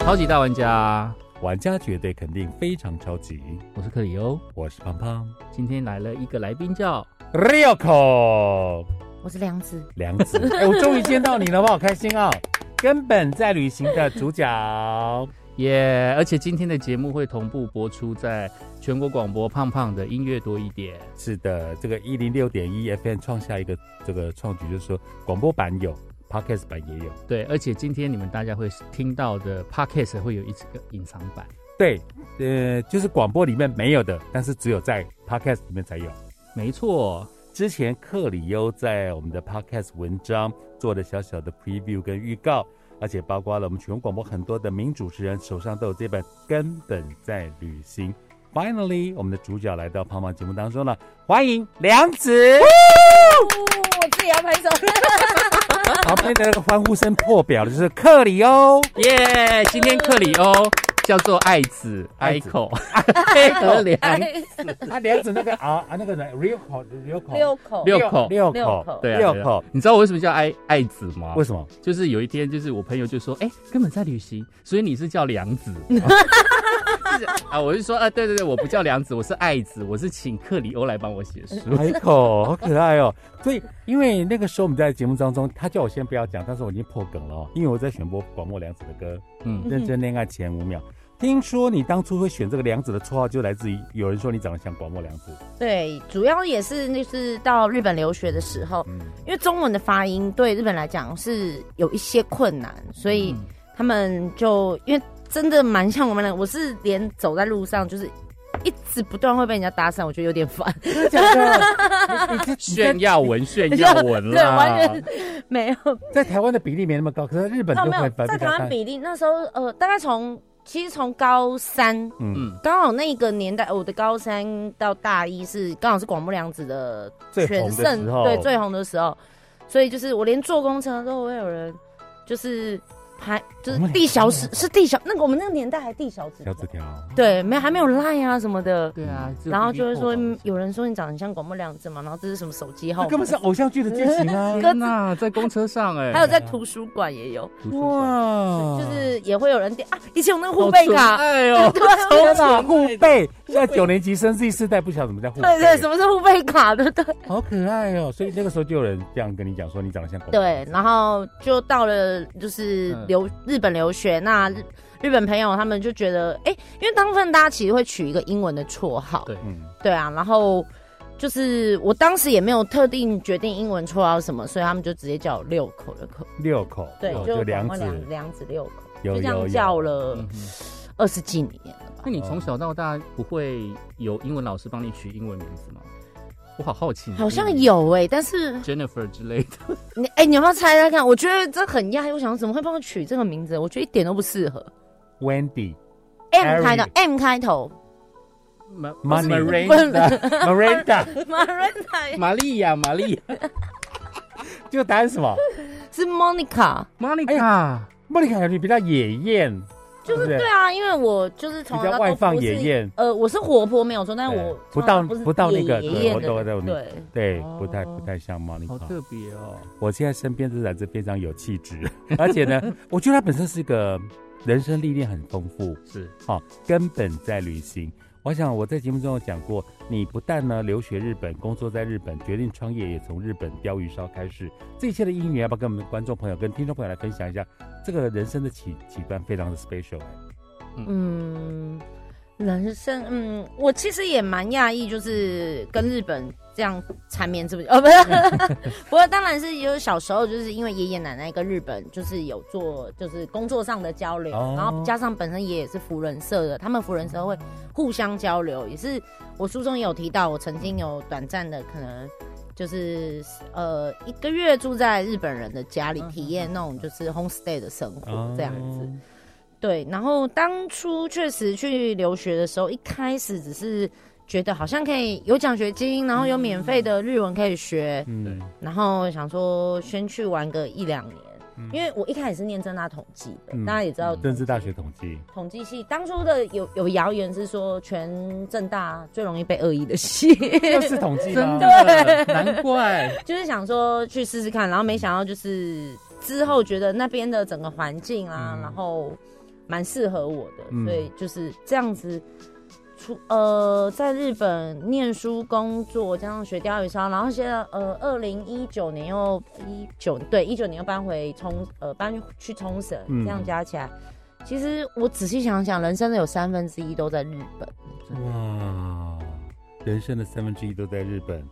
超级大玩家，玩家绝对肯定非常超级。我是克里欧。我是胖胖今天来了一个来宾叫 Ryoko 我是梁子，梁 子，哎、我终于见到你了，我好开心哦！根本在旅行的主角，耶而且今天的节目会同步播出在全国广播胖胖的音乐多一点。是的，这个一零六点一 FM 创下一个这个创举，就是说广播版有，Podcast 版也有。对，而且今天你们大家会听到的 podcast 会有一个隐藏版。对，呃，就是广播里面没有的，但是只有在 Podcast 里面才有。没错，之前克里优在我们的 Podcast 文章做了小小的 preview 跟预告，而且包括了我们全国广播很多的名主持人手上都有这本《根本在旅行》。Finally，我们的主角来到胖胖节目当中了，欢迎梁子。我自己要拍手。旁边的那个欢呼声破表的就是克里哦欧，耶、今天克里欧叫做爱子爱子 Ico 黑和良他梁子那个啊啊那个人六口六口六口六口六六口口对啊，六对啊口，你知道我为什么叫爱爱子吗？为什么？就是有一天，就是我朋友就说：“哎、根本在旅行，所以你是叫梁子。就是”啊，我就说：“啊，对对对，我不叫梁子，我是爱子，我是请克里欧来帮我写书。海口哎 好可爱哦！所以，因为那个时候我们在节目当中，他叫我先不要讲，但是我已经破梗了哦，因为我在选播广末凉子的歌嗯《嗯认真恋爱前五秒》。听说你当初会选这个凉子的绰号，就来自于有人说你长得像广末凉子。对，主要也是就是到日本留学的时候，嗯，因为中文的发音对日本来讲是有一些困难，所以嗯他们就因为真的蛮像我们的，我是连走在路上就是一直不断会被人家搭讪，我觉得有点烦。真的假 的？你你你在炫耀文，炫耀文对，完啦！全没有在台湾的比例没那么高，可是日本那就没有会分在台湾比例，那时候呃，大概从其实从高三，嗯，嗯，刚好那个年代，我的高三到大一是刚好是广播良子的最红的全盛，时候对最红的时候，所以就是我连坐公车都会有人就是拍，就广播是良子地小时是地小那个我们那个年代还地小时啊小纸条。对，没有还没有赖啊什么的。对啊，然后就会说，嗯有有人说你长得像广播良子嘛，然后这是什么手机那号码？根本是偶像剧的剧情啊！ 天呐，在公车上哎、还有在图书馆也有，读书上哇，就是也会有人点啊，以前有那个护贝好卡，纯哎爱 哦，天哪，护贝！现在九年级生 Z 世代不晓得怎么叫护贝。对对，什么是护贝卡？对对 好可爱哦！所以那个时候就有人这样跟你讲说，你长得像狗。对，然后就到了就是嗯留、日本留学，那日日本朋友他们就觉得，哎、因为大部分大家其实会取一个英文的绰号，对嗯，对啊，然后就是我当时也没有特定决定英文绰号什么，所以他们就直接叫我六口六口，六口，对，哦就就两广播子，两子六口，有就这有样有叫了嗯哼二十几年了吧那。你从小到大不会有英文老师帮你取英文名字吗？我好好奇，好嗯像有哎、但是 Jennifer 之类的，你哎、你要不要猜猜看？我觉得这很讶异，我想怎么会帮我取这个名字？我觉得一点都不适合。 Wendy M 开头 Harry ，M 开头 Money Maria，Miranda， ，Marina 玛利亚，玛利亚这个答案是 什么？是 Monica，哎，Monica，莫妮卡感觉比较野艳，就对不是对对啊，因为我就是比从小较到外大放不是野，艳。呃，我是活泼没有错，但是我对不从小到到大是不到那野个对野艳我的懂我懂你对，对哦，不太不太像莫妮好卡。特别哦。我现在身边的人是非常有气质， 而且呢，我觉得他本身是一个人生历练很丰富，是，好、根本在旅行。我想我在节目中有讲过，你不但呢留学日本，工作在日本，决定创业也从日本鲷鱼烧开始，这一切的因缘，要不要跟我们观众朋友、跟听众朋友来分享一下？这个人生的起起端非常的 special，哎嗯，人生，嗯，我其实也蛮讶异，就是跟日本这样缠绵这么久，哦，不是，不过当然是有小时候，就是因为爷爷奶奶跟日本就是有做就是工作上的交流，哦然后加上本身爷爷是福人社的，他们福人社会互相交流，也是我书中也有提到，我曾经有短暂的可能。就是呃，一个月住在日本人的家里，体验那种就是 homestay 的生活这样子。对，然后当初确实去留学的时候，一开始只是觉得好像可以有奖学金，然后有免费的日文可以学，嗯，然后想说先去玩个一两年，因为我一开始是念政大统计的，嗯大家也知道政治大学统计，统计系当初的有有谣言是说全政大最容易被恶意的系， 又是统计吗？的，啊难怪。就是想说去试试看，然后没想到就是之后觉得那边的整个环境啊，然后蛮适合我的，嗯所以就是这样子。出呃，在日本念书、工作，加上学钓鱼烧，然后现在呃，二零一九年又一九对一九年又搬回冲呃搬去冲绳，嗯这样加起来，其实我仔细想想，人生的有三分之一都在日本。哇，人生的三分之一都在日本。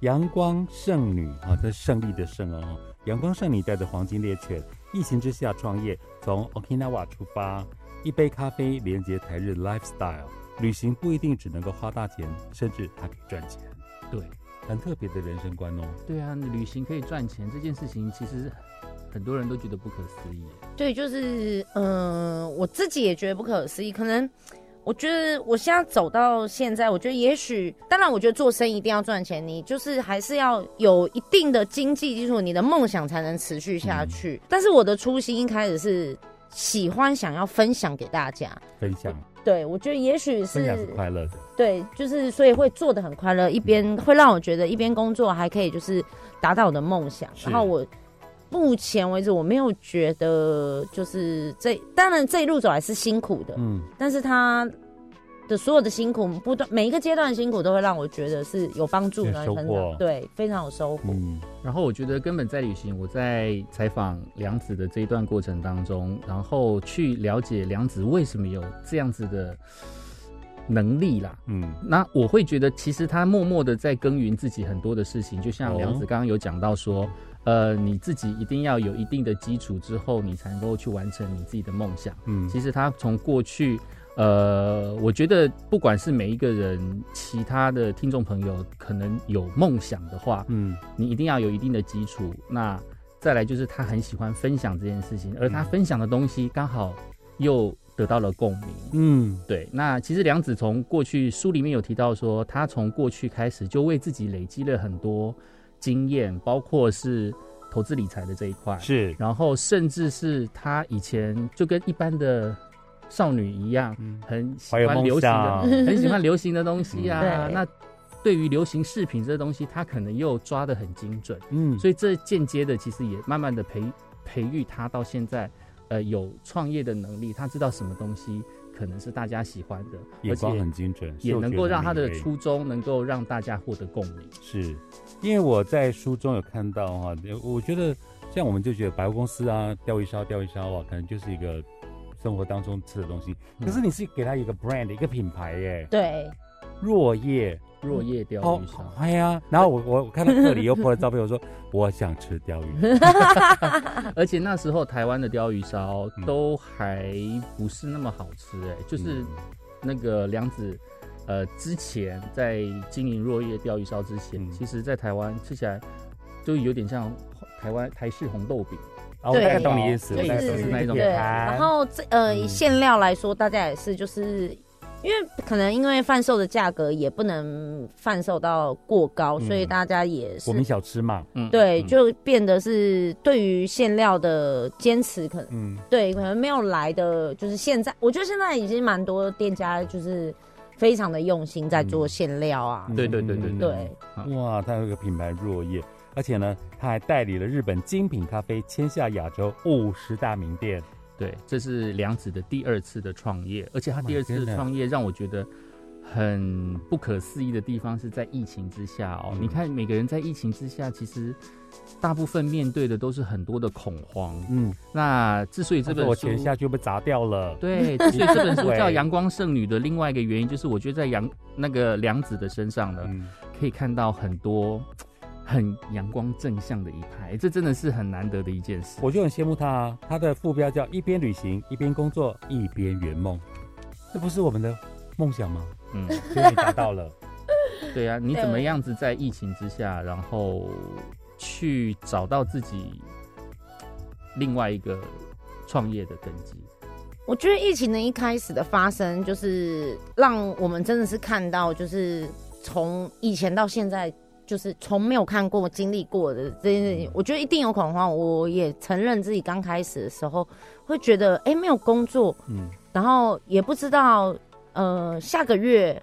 阳光剩女啊，这是胜利的胜哦。阳光剩女带着黄金猎犬，疫情之下创业，从 Okinawa 出发，一杯咖啡连接台日 lifestyle。旅行不一定只能够花大钱，甚至还可以赚钱，对很特别的人生观哦。对啊，旅行可以赚钱这件事情，其实很多人都觉得不可思议。对，就是嗯、呃我自己也觉得不可思议。可能我觉得我现在走到现在，我觉得也许，当然，我觉得做生意一定要赚钱，你就是还是要有一定的经济基础，你的梦想才能持续下嗯去。但是我的初心一开始是喜欢，想要分享给大家。分享，对，我觉得也许分享是是快乐的。对，就是所以会做的很快乐，一边嗯会让我觉得一边工作还可以就是达到我的梦想。是然后我目前为止我没有觉得就是这，当然这一路走来是辛苦的，嗯，但是他的所有的辛苦不断每一个阶段的辛苦都会让我觉得是有帮助有的收成获长，对，非常有收获。嗯，然后我觉得根本在旅行，我在采访梁子的这一段过程当中，然后去了解梁子为什么有这样子的能力啦。嗯，那我会觉得，其实他默默的在耕耘自己很多的事情，就像哦梁子刚刚有讲到说，呃，你自己一定要有一定的基础之后，你才能够去完成你自己的梦想。嗯，其实他从过去，呃，我觉得不管是每一个人，其他的听众朋友可能有梦想的话，嗯，你一定要有一定的基础。那再来就是他很喜欢分享这件事情，而他嗯分享的东西刚好又得到了共鸣。嗯，对，那其实梁子从过去书里面有提到说，他从过去开始就为自己累积了很多经验，包括是投资理财的这一块，是，然后甚至是他以前就跟一般的少女一样，嗯，很喜怀有欢梦流行的，想， 很喜欢流行的东西啊。嗯对那对于流行饰品这东西，他可能又抓得很精准，嗯，所以这间接的其实也慢慢的培培育他到现在，呃，有创业的能力，他知道什么东西可能是大家喜欢的，眼而光且很精准，也嗅能觉够很让他的敏锐初衷能够让大家获得共鸣。是，因为我在书中有看到哈、我觉得像我们就觉得百货公司啊，钓鱼烧、钓鱼烧啊，可能就是一个生活当中吃的东西。可是你是给他一个 brand 一个品牌耶，对，若叶若叶钓哦鱼烧，，哎呀，然后我我我看到克里又 po 了照片，我说我想吃鲷鱼，而且那时候台湾的鲷鱼烧嗯都还不是那么好吃、哎，就是嗯那个梁子，呃，之前在经营若叶钓鱼烧之前，嗯其实在台湾吃起来就有点像台湾台式红豆饼，啊，我大概对懂你意思，我就大概懂是你那意一思啊种对，品然后这呃以馅料来说，大家也是就是。因为可能因为贩售的价格也不能贩售到过高，嗯所以大家也是我们小吃嘛，嗯，，对，嗯就变得是对于馅料的坚持，可能嗯，对，可能没有来的，就是现在，我觉得现在已经蛮多店家就是非常的用心在做馅料啊，嗯对对对对对，哇，它有一个品牌若叶，而且呢，它还代理了日本精品咖啡，签下亚洲五十大名店。对，这是梁子的第二次的创业，而且他 My 第二次 goodness 的创业让我觉得很不可思议的地方是在疫情之下哦。嗯你看每个人在疫情之下，其实大部分面对的都是很多的恐慌。嗯，那之所以这这个本我书钱下去被砸掉了。对， 之所以这本书叫对《阳光剩女》的另外一个原因，就是我觉得在杨那个梁子的身上呢，嗯，可以看到很多很阳光正向的一派，这真的是很难得的一件事。我就很羡慕他啊。他的副标叫“一边旅行一边工作一边圆梦”，这不是我们的梦想吗？嗯，终于达到了。对啊，你对怎么样子在疫情之下，然后去找到自己另外一个创业的根基？我觉得疫情的一开始的发生，就是让我们真的是看到，就是从以前到现在，就是从没有看过、经历过的这件事情。我觉得一定有恐慌，我也承认自己刚开始的时候会觉得，哎、没有工作，嗯，然后也不知道，呃，下个月，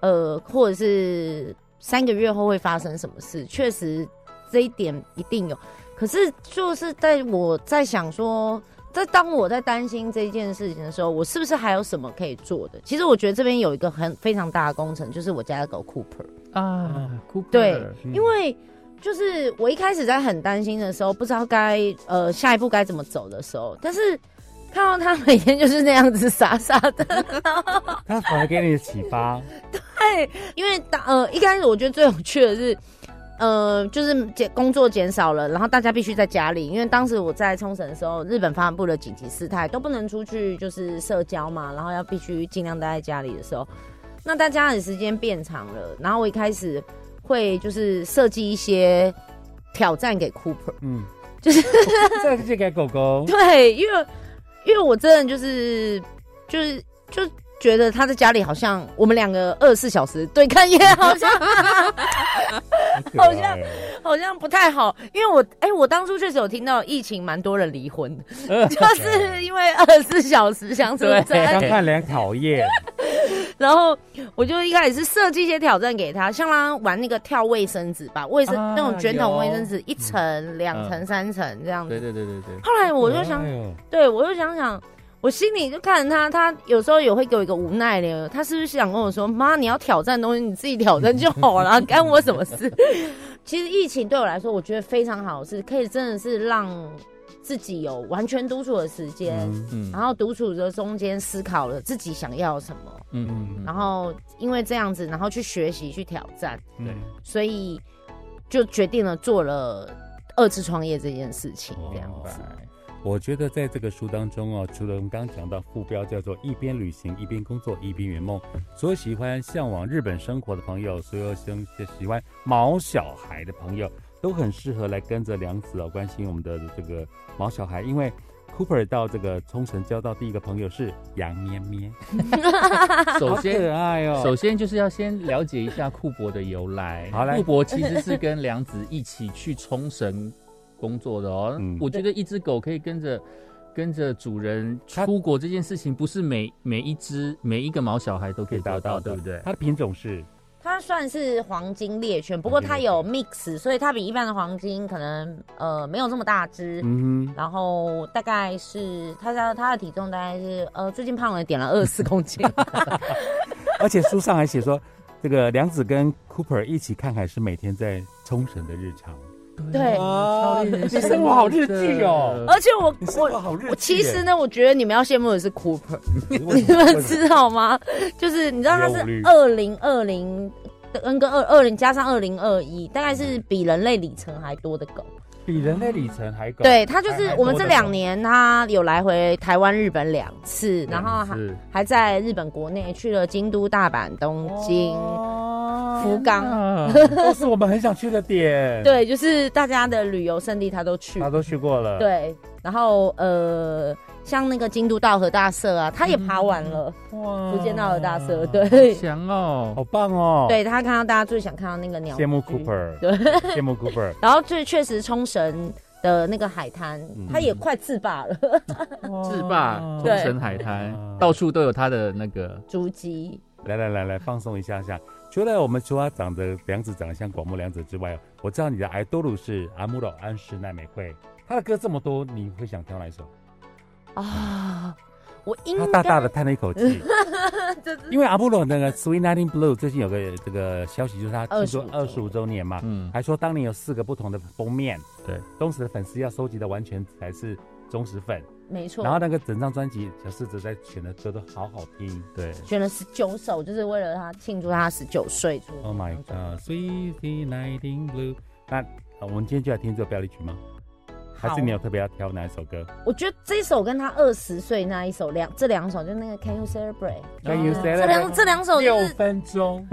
呃，或者是三个月后会发生什么事。确实，这一点一定有。可是就是在我在想说，在当我在担心这件事情的时候，我是不是还有什么可以做的？其实我觉得这边有一个很非常大的工程，就是我家的狗 Cooper。啊，Cooper，对嗯因为就是我一开始在很担心的时候，不知道该呃下一步该怎么走的时候，但是看到 他每天就是那样子傻傻的，他反而给你的启发，哎， 因为当呃一开始我觉得最有趣的是。呃，就是减工作减少了，然后大家必须在家里，因为当时我在冲绳的时候，日本发布了紧急事态，都不能出去，就是社交嘛，然后要必须尽量待在家里的时候，那大家的时间变长了，然后我一开始会就是设计一些挑战给 Cooper， 嗯，就是 这是给狗 狗，对，因为因为我真的就是就是就觉得他在家里好像我们两个二十四小时对看也好像好好像好像不太好，因为我哎、我当初确实有听到疫情蛮多人离 婚，就是因为二十四小时相处对在刚看人讨厌，然后我就一开始是设计一些挑战给他，像他玩那个跳卫生纸吧，卫生、啊那种卷筒有卫生纸一层、两层、嗯三层这样子。对对对对对，后来我就想哎，呦对我就想想，我心里就看着他，他有时候也会给我一个无奈的，他是不是想跟我说：“妈，你要挑战东西，你自己挑战就 好了，干我什么事？”其实疫情对我来说，我觉得非常好，是可以真的是让自己有完全独处的时间。嗯嗯然后独处的中间思考了自己想要什么，嗯嗯嗯然后因为这样子，然后去学习去挑战，嗯对所以就决定了做了二次创业这件事情，这样哦子。我觉得在这个书当中哦，除了我们刚刚讲到副标叫做“一边旅行一边工作一边圆梦”，所有喜欢向往日本生活的朋友，所有喜喜欢毛小孩的朋友，都很适合来跟着梁子哦，关心我们的这个毛小孩，因为 Cooper 到这个冲绳交到第一个朋友是杨咩咩，首好可先。爱哦，首先就是要先了解一下库博的由来。好来库博其实是跟梁子一起去冲绳工作的哦。嗯我觉得一只狗可以跟着跟着主人它出国这件事情，不是每每一只每一个毛小孩都可以做到，对不对？它的品种是它算是黄金猎犬，不过它有 mix，所以它比一般的黄金可能呃没有这么大只。嗯哼。然后大概是它的它的体重大概是呃最近胖了一 点了二十四公斤，而且书上还写说，这个梁子跟 Cooper 一起看海是每天在冲绳的日常。对超令人你羡慕生活好日记的哦。而且我你生活我好日记耶我其实呢，我觉得你们要羡慕的是 Cooper， 为你什么们知道吗？就是你知道它无忧无虑是二零二零。跟跟二二零加上二零二一，大概是比人类里程还多的狗。比人类里程还高。对，它就是还我们这两，还多的年，它有来回台湾、日本两次，然后还是还在日本国内去了京都、大阪、东京、哦福冈，啊，高都是我们很想去的点。， 对，就是大家的旅游胜地他都去他，都去过了。，对，然后呃，像那个京都道和大社啊，他也爬完了，哇福建道和大嗯社，好对，强哦。好棒哦。，对他看到大家最想看到那个鸟，羡慕 Cooper，对， 羡慕 Cooper，然后最确实冲绳的那个海滩嗯，他也快自霸了， 制霸冲对绳海滩哇，到处都有它的那个足迹，来来来来，放松一下下。除了我们说他长得梁子长得像广木梁子之外，我知道你的爱多鲁是阿姆罗安室奈美惠，他的歌这么多，你会想挑哪一首？啊，我应他该大大的叹了一口 气，这这因为阿布罗那个 Sweet Nighting Blue 最近有个这个消息，就是他听说二25十五周年嘛，嗯还说当年有四个不同的封面，对，忠实的粉丝要收集的完全才是忠实粉。没错然，后那个整张专辑，小狮子在选的歌都好好听。对。选了十九首，就是为了他庆祝他十九岁出 Oh my god，Sweet Nighting Blue。那呃我们今天就来听这个标题曲吗？还好是你有特别要挑哪一首歌我觉得这首跟他二十岁那一首两这两首，就那个 Can You Celebrate， ？Can you 嗯 say 哦这两这两首就六是分钟，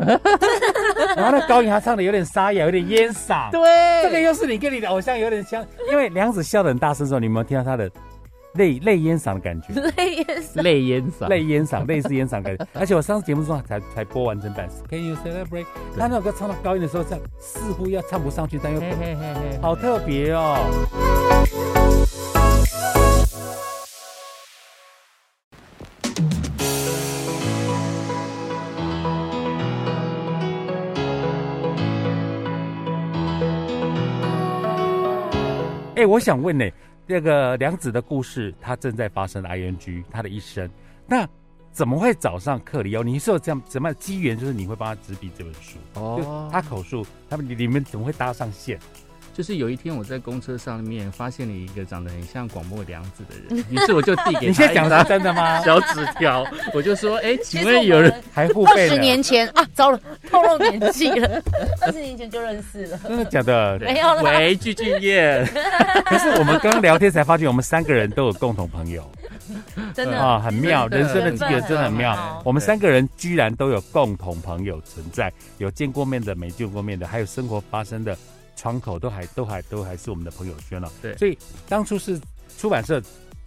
然后那高音他唱的有点沙哑，有点烟嗓。这个对，又是你跟你的偶像有点像，因为梁子笑得很大声的时候，你有没有听到他的泪泪烟嗓的感觉？泪也是泪烟嗓，泪烟嗓，类似烟嗓的感觉。 而且我上次节目中才才播完整版《Can You Celebrate》，他那首歌唱到高音的时候，这样似乎要唱不上去，但又嘿嘿嘿嘿，好特别哦。哎、我想问呢、这个梁子的故事，它正在发生的 ing，他的一生，那怎么会找上克里欧？你是有这样怎么样的机缘？就是你会帮他执笔这本书，哦就他口述，他们你们怎么会搭上线？就是有一天我在公车上面发现了一个长得很像广末凉子的人，于是我就递给他 你现在讲的的是真的吗？ 小纸条，我就说：“哎、请问有人还互二费十呢？年前啊，糟了，透露年纪 了，二十年前就认识了，真的假的？没有啦喂具俊彦？可是我们刚刚聊天才发觉，我们三个人都有共同朋 友真的。啊，很妙，真的人生的缘机分缘真的很妙很好。我们三个人居然都有共同朋友存在，有见过面的，没见过面的，还有生活发生的窗口，都还都还都还是我们的朋友圈了、啊对所以当初是出版社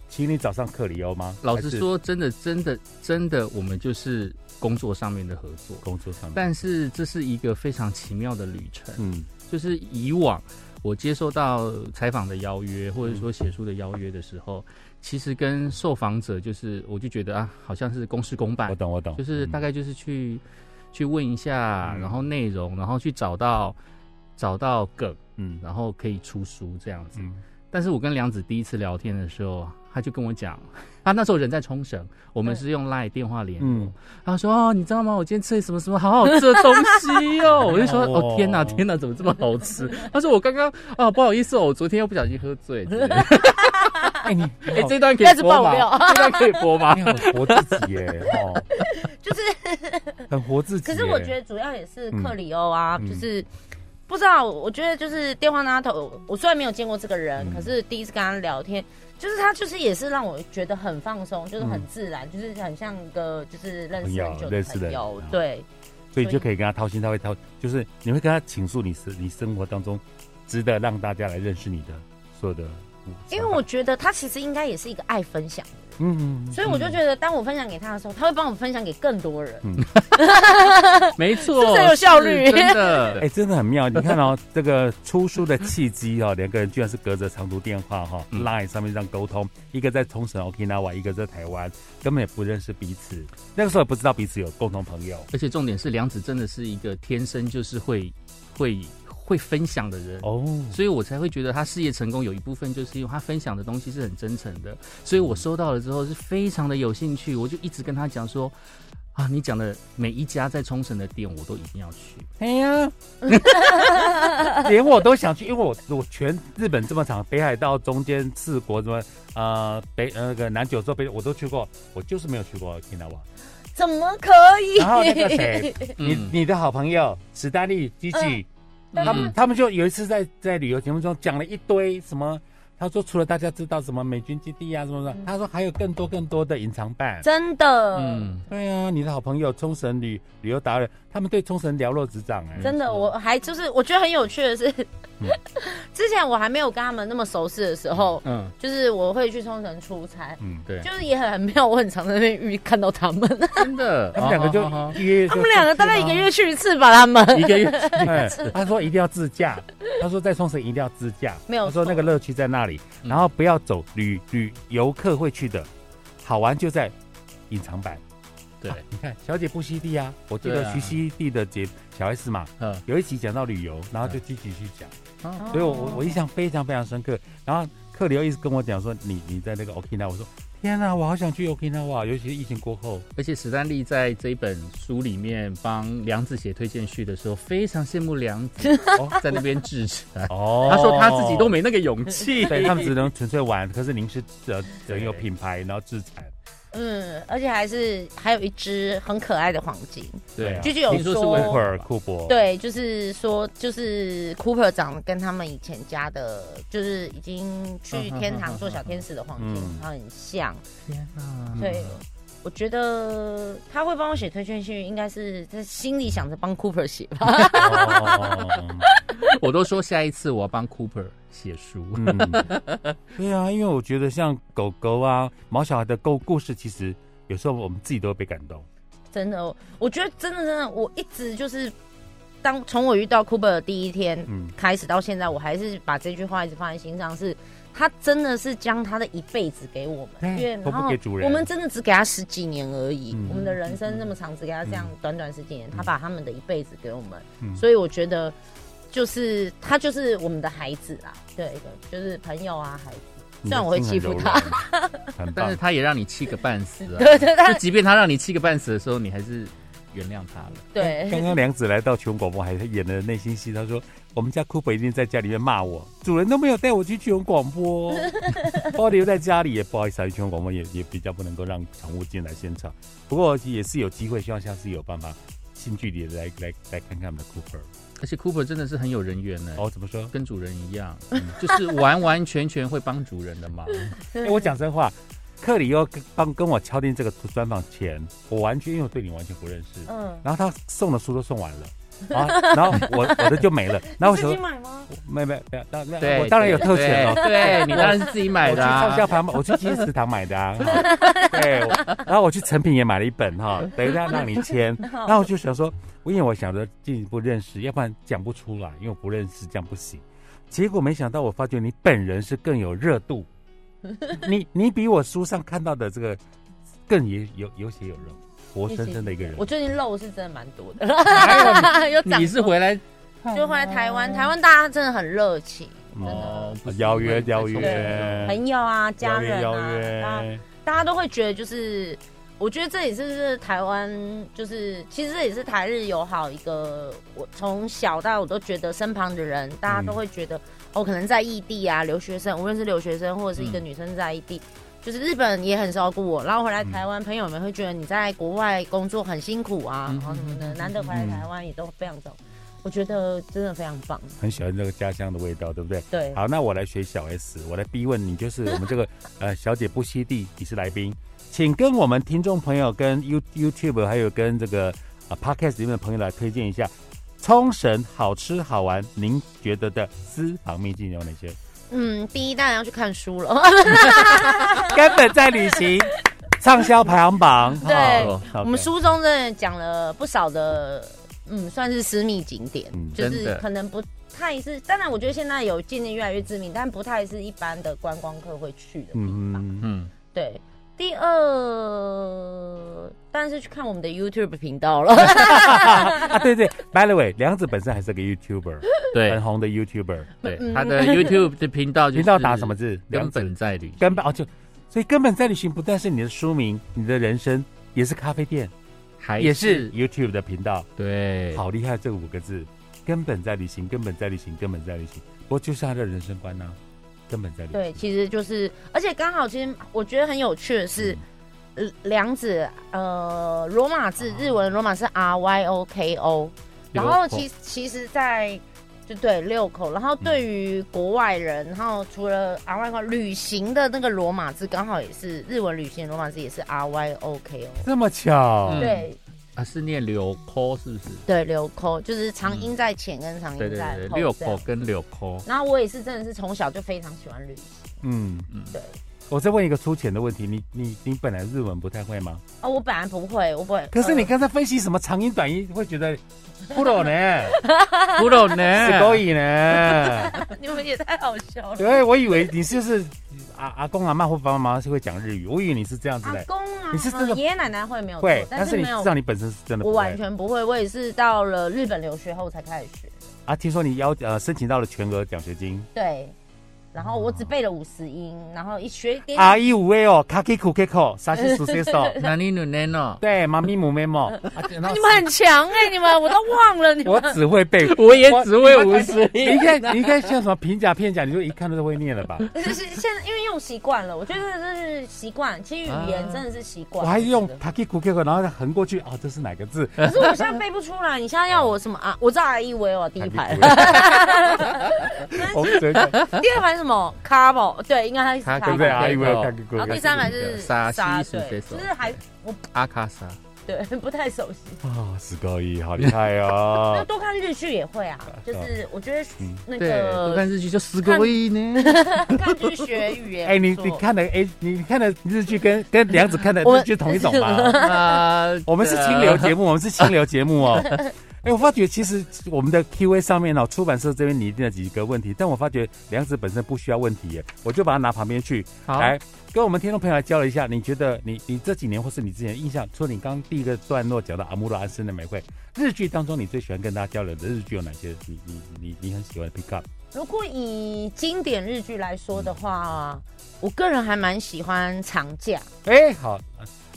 请你找上克里欧吗？老还实是说，真的，真的，真的，我们就是工作上面的合作，工作上面，但是这是一个非常奇妙的旅程。嗯，就是以往我接受到采访的邀约，或者说写书的邀约的时候，其实跟受访者就是，我就觉得啊，好像是公事公我办，懂我懂，嗯就是大概概就是去、去问一下，嗯然后内容，然后去找到找到梗，嗯然后可以出书这样子。嗯但是我跟梁子第一次聊天的时候，他就跟我讲， 他那时候人在冲绳，我们对是用 LINE 电话联络。嗯，他说：“哦，你知道吗？我今天吃了什么什么好好吃的东西 哦！”我就说：“哦哦，天哪，天哪，怎么这么好 吃？”他说：“我刚刚哦，不好意思哦，我昨天又不小心喝醉。之类的” 哎你 哎，这段可开以始播爆吗？料，这段可以播吗 你？好活自己耶，哦，就是很活自己可耶。是我觉得主要也是克里欧啊，嗯就是不知道，我觉得就是电话那头，我虽然没有见过这个人，嗯可是第一次跟他聊天，就是他就是也是让我觉得很放松，就是很自然，就是很像一个就是认识嗯很久朋友的认识的朋友人，啊对，所以就可以跟他掏心掏肺掏，就是你会跟他倾诉你生你生活当中值得让大家来认识你的所有的想法。因为我觉得他其实应该也是一个爱分享的人，嗯，嗯所以我就觉得当我分享给他的时候，他会帮我分享给更多人。没错，是不是很有效率是真 哎、的。真的很妙。你看哦， 这个出书的契机哦，两个人居然是隔着长途电话哈、嗯 l i n e 上面这样沟通，一个在冲绳 Okinawa，一个在台湾，根本也不认识彼此。那个时候也不知道彼此有共同朋友。而且重点是，梁子真的是一个天生就是会会会分享的人。哦，所以我才会觉得他事业成功有一部分就是因为他分享的东西是很真诚的，所以我收到了之后是非常的有兴趣，我就一直跟他讲说。啊，你讲的每一家在冲绳的店，我都一定要去。哎呀，连我都想去，因为我我全日本这么长，北海道中间四国什么呃北呃那个南九州北我都去过，我就是没有去过 Okinawa。怎么可以？然后那个 谁，哎你嗯你的好朋友史丹利基基，他们嗯他们就有一次在在旅游节目中讲了一堆什么。他说：“除了大家知道什么美军基地啊，什么什么，他说还有更多更多的隐藏版。真的，嗯，对啊，你的好朋友冲绳旅旅游达人，他们对冲绳了若指掌哎、真的，错我还就是我觉得很有趣的是，嗯 之前我还没有跟他们那么熟识的时候，嗯，就是我会去冲绳出差，嗯，对，就是也很妙，我很常在那边遇看到他们，真的， 他们两个就哦哦哦约， 他们两个大概一个月去一次吧，他们一个月，哎。他说一定要自驾，他说在冲绳一定要自驾，没有他说错那个乐趣在那里，嗯然后不要走旅旅游客会去的，好玩就在隐藏版。对啊，你看小姐不吸地啊，我记对得啊徐熙娣的节小 S 嘛， 嗯，有一集讲到旅游，然后就积极去讲，哦所以我我我印象非常非常深刻。然后客流一直跟我讲说，你你在那个 Okinawa，我说天哪、我好想去 Okinawa，尤其是疫情过后。而且史丹利在这一本书里面帮梁子写推荐序的时候，非常羡慕梁 子哦在那边制裁，哦他说他自己都没那个勇气， 对他们只能纯粹玩，可是您是呃很有品牌，然后自产，嗯，而且还是还有一只很可爱的黄金， 嗯对啊，居居有听说是说为库尔库珀，，对，就是说就是 Cooper 长得跟他们以前家的，就是已经去天堂做小天使的黄金嗯很像，天哪，对，我觉得他会帮我写推荐序，应该是在心里想着帮 Cooper 写吧。哦、我都说下一次我要帮 Cooper 写书。嗯， 对啊，因为我觉得像狗狗啊、毛小孩的故故事，其实有时候我们自己都会被感动。 真的，我觉得真的真的，我一直就是当从我遇到 Cooper 的第一天嗯，开始到现在，我还是把这句话一直放在心上是。他真的是将他的一辈子给我们，对因为哎都然不后给主人我们真的只给他十几年而已。嗯我们的人生那么长，只给他这样嗯短短十几年，嗯他把他们的一辈子给我们，嗯所以我觉得就是他就是我们的孩子啦，对，一个就是朋友啊，孩子。你虽的然我会心欺很柔负他软，很但是棒。他也让你气个半死 啊。对对就即便他让你气个半死的时候，你还是原谅他了。 刚对，刚梁子来到全广播还演了内心戏，他说：“我们家 Cooper 一定在家里面骂我，主人都没有带我去全广播，把我留在家里也不好意思啊，因为全广播也也比较不能够让宠物进来现场。不过也是有机会，希望下次有办法近距离地来来来看看我们的 Cooper。而且 Cooper 真的是很有人缘呢、哦，怎么说？跟主人一样，嗯就是完完全全会帮主人的 忙。哎，我讲真话，克里又跟帮跟我敲定这个专访前，我完全因为我对你完全不认识，嗯，然后他送的书都送完 了。啊，然后我我的就没了，然后我你想自己说，买吗？没没没有，那那对，我当然有特权哦对， 对你当然是自己买的、我去啊畅销。堂买，我去金石堂买 的啊。哈对，我然后我去成品也买了一本 哈，等一下让你签。然后我就想说，我因为我想着进一步认识，要不然讲不出来，因为我不认识，这样不行。结果没想到，我发觉你本人是更有热 度，你你比我书上看到的这个更有有有血有肉，活生生的一个人我。最近肉是真的蛮多 的， 有长你是回来就回来台湾，哦台湾大家真的很热情，嗯哦，不是邀约邀不是约，朋友啊，家人邀约邀啊，大家约，大家都会觉得就是。我觉得这也是是台湾，就是其实这也是台日友好一个。我从小到我都觉得身旁的人，大家都会觉得、哦，可能在异地啊，留学生，无论是留学生或者是一个嗯女生在异地，就是日本也很照顾我，然后回来台湾，朋友们会觉得你在国外工作很辛苦啊，嗯然后什么的，嗯难得回来台湾也都非常照顾，我觉得真的非常棒。很喜欢这个家乡的味道，对不对？对，好，那我来学小 S，我来逼问你，就是我们 这个呃小姐不惜地，你是来宾，请跟我们听众朋友、跟 You YouTube 还有跟这个呃 Podcast 里面的朋友来推荐一下冲绳好吃好玩，您觉得的私房秘境有哪 些？嗯，第一当然要去看书了，根本在旅行畅销排行榜，对哦我们，书中真的讲了不少的，嗯，算是私密景点，嗯就真是的可能不太是。当然，我觉得现在有渐渐越来越知名，但不太是一般的观光客会去的。嗯嗯，嗯，对，第二，当然是去看我们的 YouTube 频道了。啊对对，By the way，梁子本身还是个 YouTuber，很对红的 YouTuber，对，他的 YouTube 的频道就是频道打什么字？梁根子本在旅行，根本哦，就所以根本在旅行不但是你的书名，你的人生也是咖啡店，还也是 YouTube 的频道，哎对，好厉害！这五个字，根本在旅行，根本在旅行，根本在旅行。不过就是他的人生观呢、啊根本在旅行。 对，其实就是，而且刚好，其实我觉得很有趣的是，呃梁子，呃，罗马字日文罗马是 R Y O K O，然后其其实在，就对六口，然后对于国外人，然后除了 R Y O K O，旅行的那个罗马字刚好也是日文旅行的罗马字也是 R Y O K O，这么巧，嗯对啊是念柳科是不是？对，流口就是长音在前跟长嗯对音对在对，后六这样口。跟柳科，然后我也是真的是从小就非常喜欢旅行，嗯嗯对。我再问一个粗浅的问题，你你你本来日文不太会吗？哦，我本来不会，我不会。可是呃你刚才分析什么长音短音，会觉得不 懂呢，不懂 是呢勾。引呢。 呃你们也太好笑了。对，我以为你就是阿阿公阿妈或爸爸妈妈是会讲日语，我以为你是这样子阿的。公啊，你是真的爷爷奶奶会没有错会，，但但是是你没有知道，你本身是真的不我会完全不会。我也是到了日本留学后才开始学，啊！听说你要呃申请到了全额奖学 金，对。然后我只背了五十音，然后一学一点阿姨五位哦，卡基库克口，沙西苏西 手，哪里努奈呢？对，妈咪母妹莫。啊然后你们很强哎、你们我都忘了你我们。只会 背，我也只会五十你应该你应该像什么平假片假，你就一看都会念了 吧？就是现在因为用习惯了，我觉得这是习惯，其实语言真的是习啊我惯。还用我觉得卡基库克口，然后再横过去，哦，这是哪个字？可是我现在背不出来。你现在要我什么啊？我知道阿一维哦，第一排，我们只会讲 第二排是什么 c a r b o 对，应该它是 c a 它 r 哦对不对？b o 阿姨五有卡基库然后克第。三排是沙西是谁对，就手是还我阿卡莎，对不太熟悉。啊，十高一，好厉害那哦！多看日剧也会啊，就是我觉得嗯那对，我个看日剧就十个亿呢。看剧学语 言。哎，你不错你，看的哎，你你看的日剧 跟跟梁子看的我日剧同一种吗？ 啊， 我们是清流节目，我们是清流节目 哦。哎、我发觉其实我们的 Q&A 上面哦，出版社这边拟定了几个问题，但我发觉梁子本身不需要问题耶，我就把它拿旁边去好，来跟我们听众朋友来交流一下。你觉得你你这几年或是你之前的印象，除了你刚刚第一个段落讲到阿姆罗安森的美惠日剧当中，你最喜欢跟大家交流的日剧有哪些？你你你你很喜欢 pick up？如果以经典日剧来说的话，我个人还蛮喜欢长假，哎，好，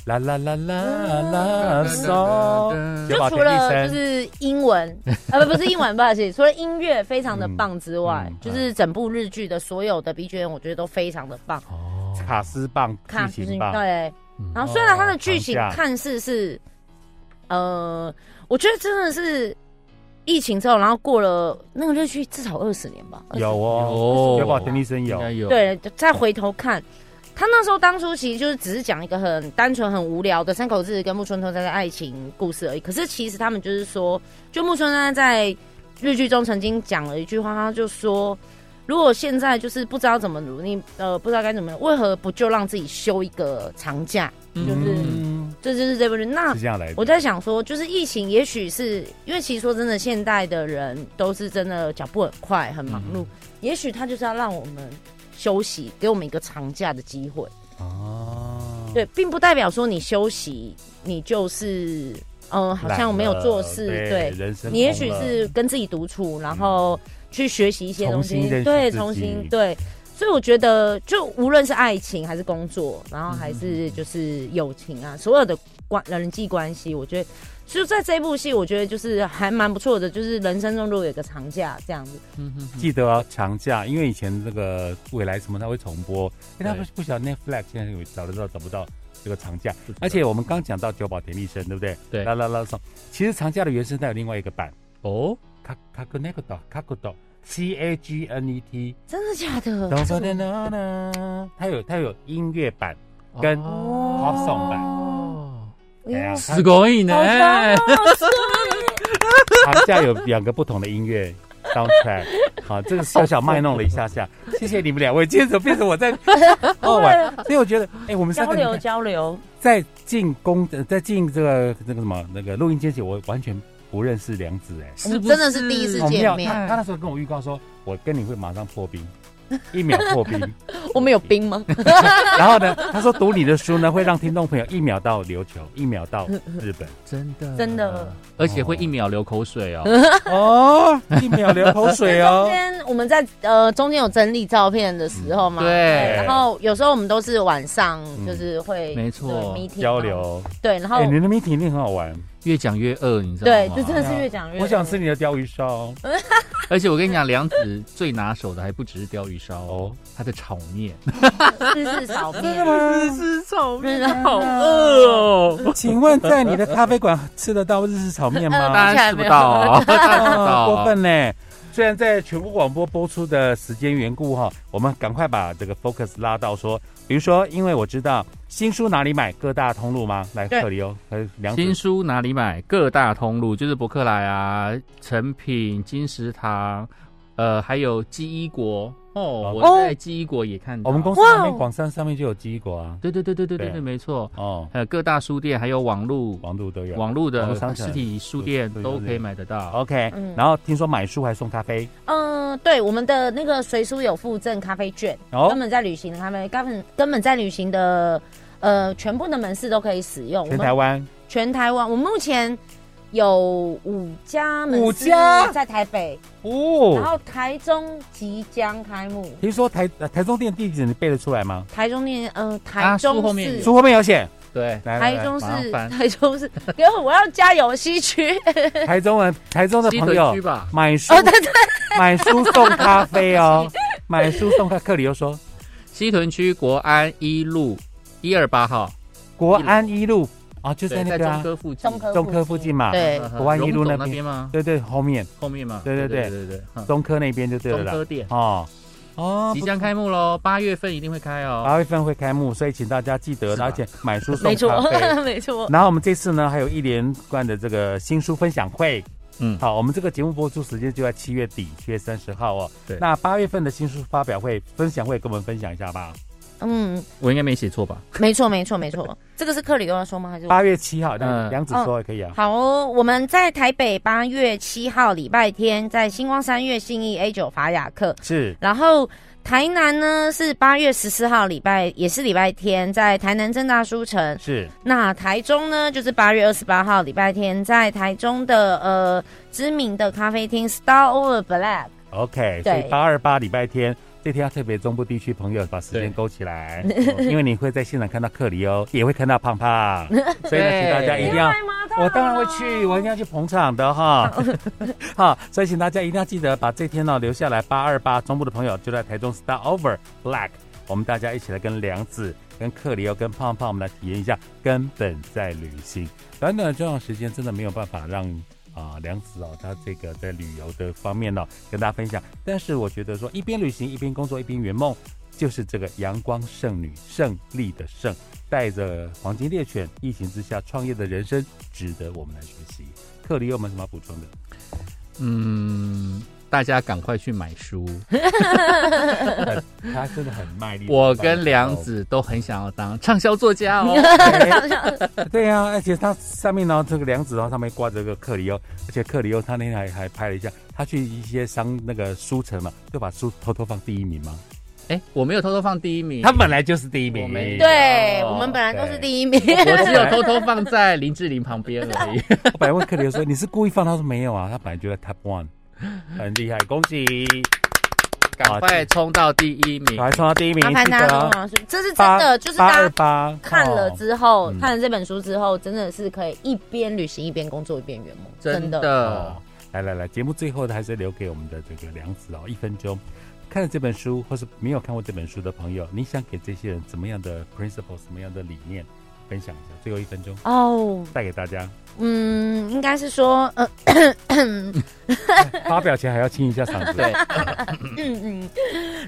啦啦啦啦啦，so，嗯就就把除田径了生就是英 文，呃，不不是英文，不好意思，除了音乐非常的棒之外，嗯嗯就是整部日剧的所有的 BGM，我觉得都非常的棒。哦，卡斯棒，看剧情棒，对嗯，然后虽然它的剧哦情长假看似是，呃，我觉得真的是疫情之后，然后过了那个日剧至少二十年吧，20有哦，有有吧？田径生应有，该有，对，再回头看，他那时候当初其实就是只是讲一个很单纯、很无聊的山口智跟木村拓哉的爱情故事而已。可是其实他们就是说，就木村拓哉在日剧中曾经讲了一句话，他就说。如果现在就是不知道怎么努力，呃，不知道该怎么，为何不就让自己休一个长假？就是嗯这就是这部剧。那是这样来的。我在想说，就是疫情，也许是因为其实说真的，现代的人都是真的脚步很快，很忙碌，也许他就是要让我们休息，给我们一个长假的机会。哦，对，并不代表说你休息，你就是嗯、呃好像没有做事，懒了对人生你也许空了嗯是跟自己独处，然后去学习一些东重新西认识，对，自己重新对。所以我觉得，就无论是爱情还是工作，然后嗯还是就是友情啊，所有的关人际关系，我觉得就在这部戏，我觉得就是还蛮不错的，就是人生中如果有一个长假这样子，嗯哼哼记得啊长假，因为以前那个未来什么它会重播，因为它对不不晓得 Netflix 现在有找得到找不到这个长假，不知道而且我们刚讲到九保田利生，对不对？对啦啦啦上，其实长假的原声带有另外一个版，哦，卡卡格那个岛，卡格岛。C A G N E T，真的假的？咚咚咚咚咚它有它有音乐 版，跟哦 pop song 版，哦，哎呀，它すごい好强ね哦！长假有两个不同的音乐 soundtrack。好，这个小小卖弄了一下下，谢谢你们两位，接着变成我 在哦玩，所以我觉得，哎、我们三交个你流看交流， 在进公，呃在进这个那个什么那个录音间前，我完全不认识梁子、哎，是不真的是第一次好见妙，面他他那时候跟我预告说，我跟你会马上破冰。一秒破冰， 我们有冰吗？ 然后呢？他说读你的书呢，会让听众朋友一秒到琉球，一秒到日 本。真的真的，嗯而且会一秒流口水哦。哦，一秒流口水 哎中哦。间我们在呃中间有整理照片的时候嗯嘛，对然后有时候我们都是晚上就是会没错对 meeting 嗯交嘛，流，对，然后哎、你的 meeting 一定很好玩。越讲越饿，你知道对吗？，这真的是越讲越哎我想吃你的鲷鱼烧。而且我跟你讲，梁子最拿手的还不只是鲷鱼烧哦哦，他的炒面，日式 炒面，吗？是炒真的好饿哦，请问在你的咖啡馆吃得到日式炒面吗 吗？嗯当然吃不到 啊，当然吃不到啊，过分呢！虽然在全国广播播出的时间缘故哈，我们赶快把这个 focus 拉到说，比如说，因为我知道新书哪里买，各大通路吗？来对这里哦，还有 两新子书哪里买？各大通路，就是博客来啊、成品、金石堂，呃，还有记忆国哦哦。我在记忆国也看到。我们公司哇哦旁边广山上面就有鸡果啊，对对对对对对对对，没错。哦，还有各大书店，还有网路网路都有。网路网的络商城实体书店对对对都可以买得到。 OK，嗯然后听说买书还送咖啡嗯，对，我们的那个随书有附赠咖啡券，哦根，本在旅行的咖啡，根本根本在旅行的呃全部的门市都可以使用，我全们台湾全台湾，我目前有五家门市五家在台北，然哦。后台中即将开幕。听说台呃台中店地址你背得出来吗？台中念，呃，台啊中市，书后面有书后面有哎写，对，来来台来中麻市，烦台中市， 因为我要加油西区，台中人，台中的西朋屯友区吧。买书哦，对对，买书送咖啡哦，买书送咖。克里又说，西屯区国安一路一二八号，国安一路啊，就在对，那在个中啊科附近。中科中科附近嘛，对呵呵国安一路荣总那那边边吗？对对，后面后面吗？对对对对对对，哼中科那边就对嗯中了科啦。店哦哦，即不将开幕喽，八月份一定会开哦。八月份会开幕，所以请大家记得，是吧而且买书送没错咖 啡。，没错，然后我们这次呢，还有一连贯的这个新书分享会。嗯好，我们这个节目播出时间就在七月底，七月三十号哦。对那八月份的新书发表会、分享会，跟我们分享一下吧。嗯，我应该没写错吧？没错，没错，没错，这个是克里又要说吗？还是我？八月七号，那嗯杨子说也可以啊。好哦、我们在台北八月七号礼拜天，在星光三月信义 A 九法雅克，是然后台南呢是八月十四号礼拜，也是礼拜天，在台南正大书城，是，那台中呢，就是八月二十八号礼拜天，在台中的呃知名的咖啡厅 Star Over Black OK，所对以八二八礼拜天这天要特别中部地区朋友把时间对勾起来，因为你会在现场看到克里哦，也会看到胖胖，所以呢，对请大家一定要。我当然会去，我一定要去捧场的哈。好，所以请大家一定要记得把这天呢留下来。八二八中部的朋友就在台中 Star Over Black，我们大家一起来跟梁子、跟克里奥、跟胖胖，我们来体验一下根本在旅行。短短的这段时间，真的没有办法让。啊，梁子哦，他这个在旅游的方面呢、跟大家分享。但是我觉得说，一边旅行，一边工作，一边圆梦，就是这个阳光剩女胜利的胜，带着黄金猎犬，疫情之下创业的人生，值得我们来学习。克里有没有什么要补充的？嗯，大家赶快去买书。他真的很卖力。我跟梁子都很想要当畅销作家 哦。 啊对呀、而且他上面呢，这个梁子然后上面挂着个克里欧，而且克里哦欧他那天还还拍了一下，他去一些商那个书城嘛，就把书偷偷放第一名嘛，哎、我没有偷偷放第一名，他本来就是第一名我，没有对我们本来都是一。第一名， 我只有偷偷放在林志玲旁边而 已。我本来问克里欧说你是故意放，他说没有啊，他本来就在 Top One，很厉害，恭喜，赶快冲到第一名我。还冲到第一名，麻烦记大得家帮哦忙说，这是真的，就是八大二家八看了之后，嗯看了这本书之后，真的是可以一边旅行一边工作一边圆梦，真的。的哦，，来来来，节目最后还是留给我们的这个梁子哦，一分钟。看了这本书，或是没有看过这本书的朋友，你想给这些人怎么样的 principle，什么样的理念，分享一下？最后一分钟哦，带给大家。嗯，应该是说，呃，发表前还要清一下嗓子。对，嗯嗯，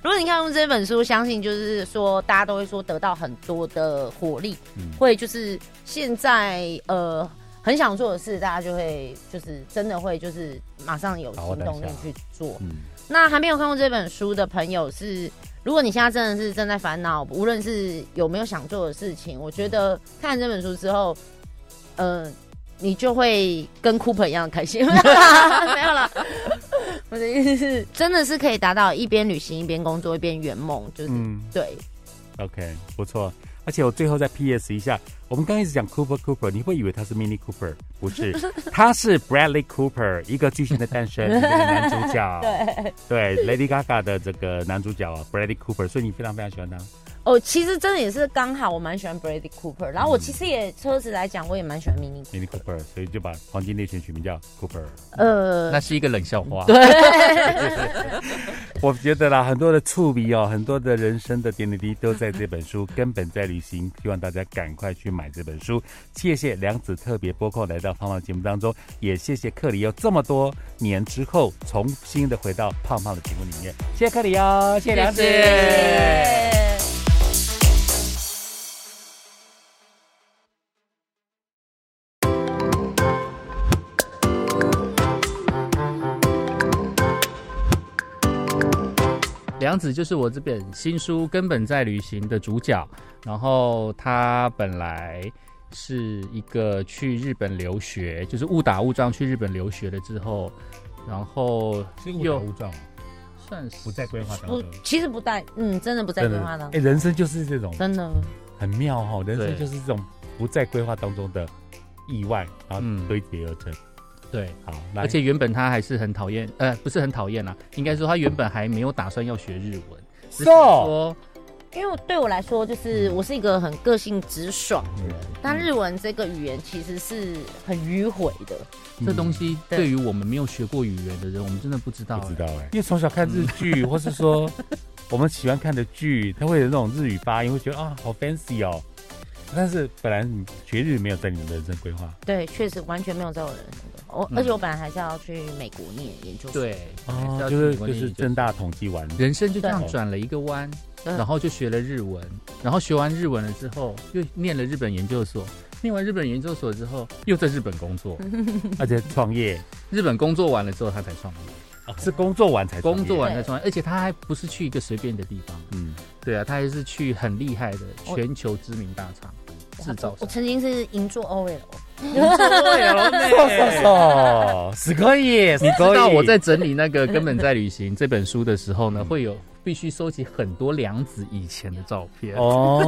如果你看过这本书，相信就是说，大家都会说得到很多的活力，嗯会就是现在呃很想做的事，大家就会就是真的会就是马上有把握行当动力下去做。嗯，那还没有看过这本书的朋友是，如果你现在真的是正在烦恼，无论是有没有想做的事情，我觉得看了这本书之后，呃，你就会跟 Cooper 一样开 心。没有啦，我的意思是，真的是可以达到一边旅行一边工作一边圆梦，就是、嗯对， OK，不错。而且我最后再 PS 一下，我们刚一直讲 Cooper Cooper，你会以为他是 Mini Cooper，不 是，他是 Bradley Cooper，一个巨星的诞 生，一个男主角。对对，Lady Gaga 的这个男主角啊，Bradley Cooper，所以你非常非常喜欢他。哦，其实真的也是刚好，我蛮喜欢 Brady Cooper，然后我其实也车子来讲，我也蛮喜欢 Mini， Mini Cooper，所以就把黄金猎犬取名叫 Cooper。呃，那是一个冷笑话。 我觉得啦，很多的触笔哦，很多的人生的点点滴滴都在这本 书，根本在旅行。希望大家赶快去买这本书。谢谢梁子特别播控来到胖胖节目当中，也谢谢克里奥哦这么多年之后重新的回到胖胖的节目里面。谢谢克里奥，谢谢梁子。谢嗯谢耶梁子就是我这本新书《根本在旅行》的主角，然后他本来是一个去日本留学，就是误打误撞去日本留学了之后，然后又撞，算是不在规划当不，其实不带，嗯，真的不在规划当哎，中，人生就是这种真的。很妙哦，人生对就是这种不在规划当中的意外，然后嗯堆叠而成。对，好，来而且原本他还是很讨厌，呃，不是很讨厌啦，应该说他原本还没有打算要学日文，只是哦 so 说因为对我来说，就是我是一个很个性直爽的人，但日文这个语言其实是很迂回的。这东西嗯对于我们没有学过语言的人，我们真的不知道、不知道哎、因为从小看日嗯剧，或是说我们喜欢看的剧，它会有那种日语发音，会觉得啊好 fancy 哦。但是本来你学日语没有在你的人生规划对，确实完全没有在我人生中。我、嗯而且我本来还是要去美国念研究所。对，还要就是去文就理是正大统计完，人生就这样对转了一个弯，对然后就学了日文，然后学完日文了之后，又念了日本研究所，念完日本研究所之后，又在日本工作，而且创业日本工作完了之后，他才创业，哦是工作完才创业工作完才创业，而且他还不是去一个随便的地方，嗯，对啊，他还是去很厉害的我全球知名大厂制造我商。曾经是银座 OL，哦，死可以，死可知以。道我在整理那个《根本在旅行》这本书的时候呢，会有必须收集很多梁子以前的照片，哦，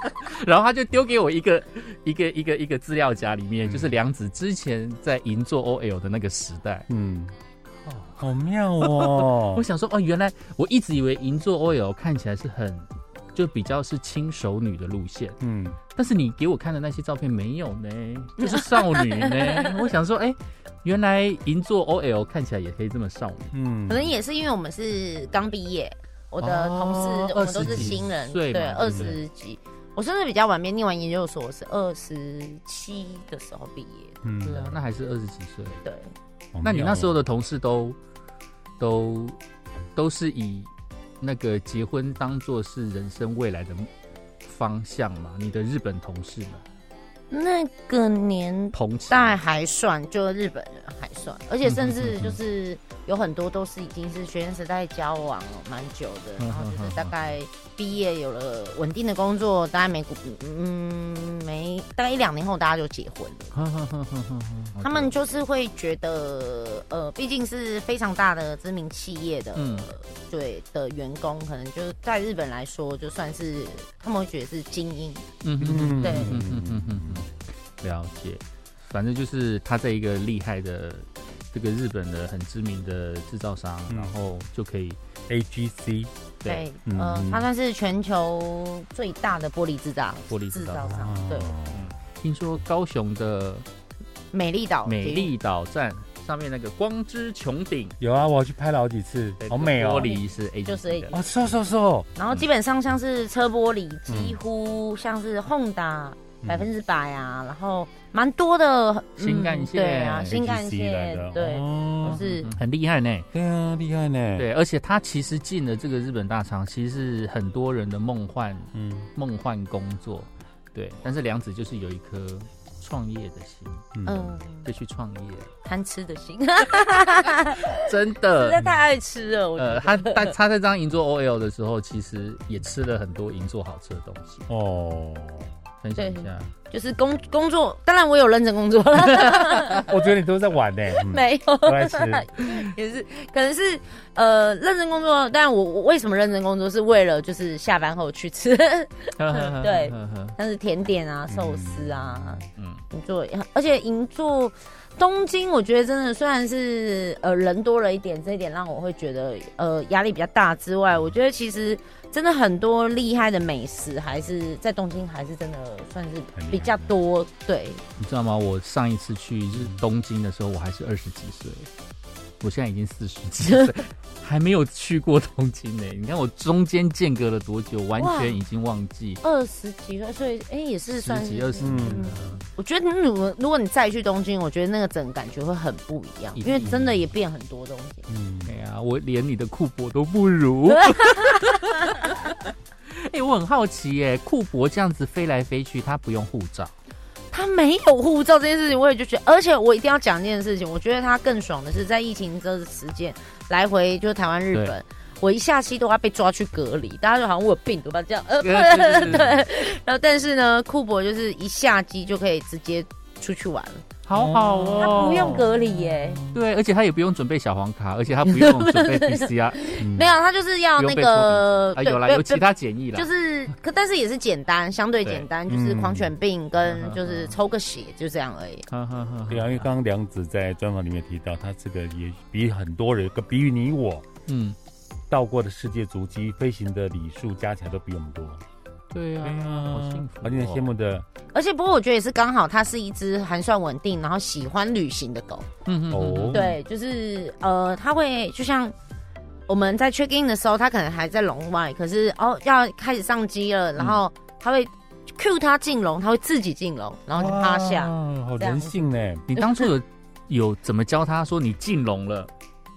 然后他就丢给我一个一个一个一个资嗯料夹，里面就是梁子之前在银座 OL 的那个时代，嗯，好妙哦 我！想说，哦，原来我一直以为银座 OL 看起来是很就比较是轻熟女的路线，嗯，但是你给我看的那些照片没有呢，就是少女 呢。我想说，哎、原来银座 OL 看起来也可以这么少女。嗯可能也是因为我们是刚毕业，我的哦同事、我们都20是几新人，岁嘛对，对二不对十几。我甚至比较晚毕业，念完研究所我是二十七的时候毕业的，嗯对啊，那还是二十几岁。对，好那你那时候妙哦的同事都都都是以那个结婚当做是人生未来的方向嘛？你的日本同事嘛，那个年同期 代还算，就日本人还算，而且甚至就是有很多都是已经是学生时代交往蛮久的，然后就是大概毕业有了稳定的工作，大概没嗯没大概一两年后大家就结婚了。他们就是会觉得，呃，毕竟是非常大的知名企业的，嗯对的员工，可能就是在日本来说，就算是他们会觉得是精英，嗯嗯对嗯嗯嗯嗯嗯，了解。反正就是他在一个厉害的这个日本的很知名的制造商，嗯然后就可以 AGC 对对，呃嗯，它算是全球最大的玻璃制造玻璃制制造造商，哦对，听说高雄的美丽岛，美丽嗯岛站上面那个光之穹顶，有啊，我去拍了好几次，好美玻。哦璃是 A 就是 AGC 啊，瘦瘦瘦，然后基本上像是车玻璃，几乎像是 Honda 嗯嗯百分之百啊，然后蛮多的嗯新干线对啊，新干 AGC 来的线，对，哦就，是很厉害呢。哎对啊，厉害呢。，嗯对，而且他其实进了这个日本大厂，其实是很多人的梦幻嗯梦幻工作。对，但是梁子就是有一颗创业的心，嗯嗯，，就去创业，贪吃的心，真 实在的。 太爱吃了，我觉呃，得。他他他在当银座 OL 的时候，其实也吃了很多银座好吃的东西，哦，分享一下。就是工工作，当然我有认真工作了，我觉得你都在 玩呢。嗯没有都在吃， 也是可能是呃认真工作，但我我为什么认真工作是为了就是下班后去吃， 对呵呵，像是甜点啊、寿司啊，嗯银座，而且银座东京，我觉得真的虽然是呃人多了一点，这一点让我会觉得呃压力比较大之外，我觉得其实真的很多厉害的美食还是在东京还是真的算是比较多，对，你知道吗？我上一次去日东京的时候，我还是二十几岁，我现在已经四十几 岁，还没有去过东京呢、你看我中间间隔了多久，完哇全已经忘记二十几岁，所以哎、也是嗯十算几是二十年了。我觉得如果如果你再去东京，我觉得那个整个感觉会很不一样，一因为真的也变很多东西。嗯，对啊，我连你的库珀都不 如。哎、我很好奇耶、库珀这样子飞来飞去，他不用护照，他没有护照这件事情，我也就觉得，而且我一定要讲一件事情，我觉得他更爽的是在疫情这个时间来回就是台湾、日本。我一下期都要被抓去隔离，大家就好像我有病毒吧这样， 呃，对对对对 对。然后但是呢，库珀就是一下机就可以直接出去玩了，好好哦、他不用隔离耶、对，而且他也不用准备小黄卡，而且他不用准备 PCR，嗯没有，他就是要那个啊，对有啦，对有其对他检疫啦，就是，可但是也是简单，相对对简单，就是嗯狂犬病跟嗯就是抽个血，就这样而已。呵呵呵呵对啊，因为刚刚梁子在专访里面提到，他这个也比很多人，比你我嗯，到过的世界足迹、飞行的里数加起来都比我们多。对哎啊，好幸福、哦，而且羡慕的而且不过我觉得也是刚好，它是一只还算稳定，然后喜欢旅行的狗。嗯哦，对，就是呃，它会就像我们在 check in 的时候，它可能还在笼外，可是哦要开始上机了，然后嗯它会 cue 它进笼，它会自己进笼，然后就趴啊下。哇，啊好这样人性呢。你当初有有怎么教他说你进笼了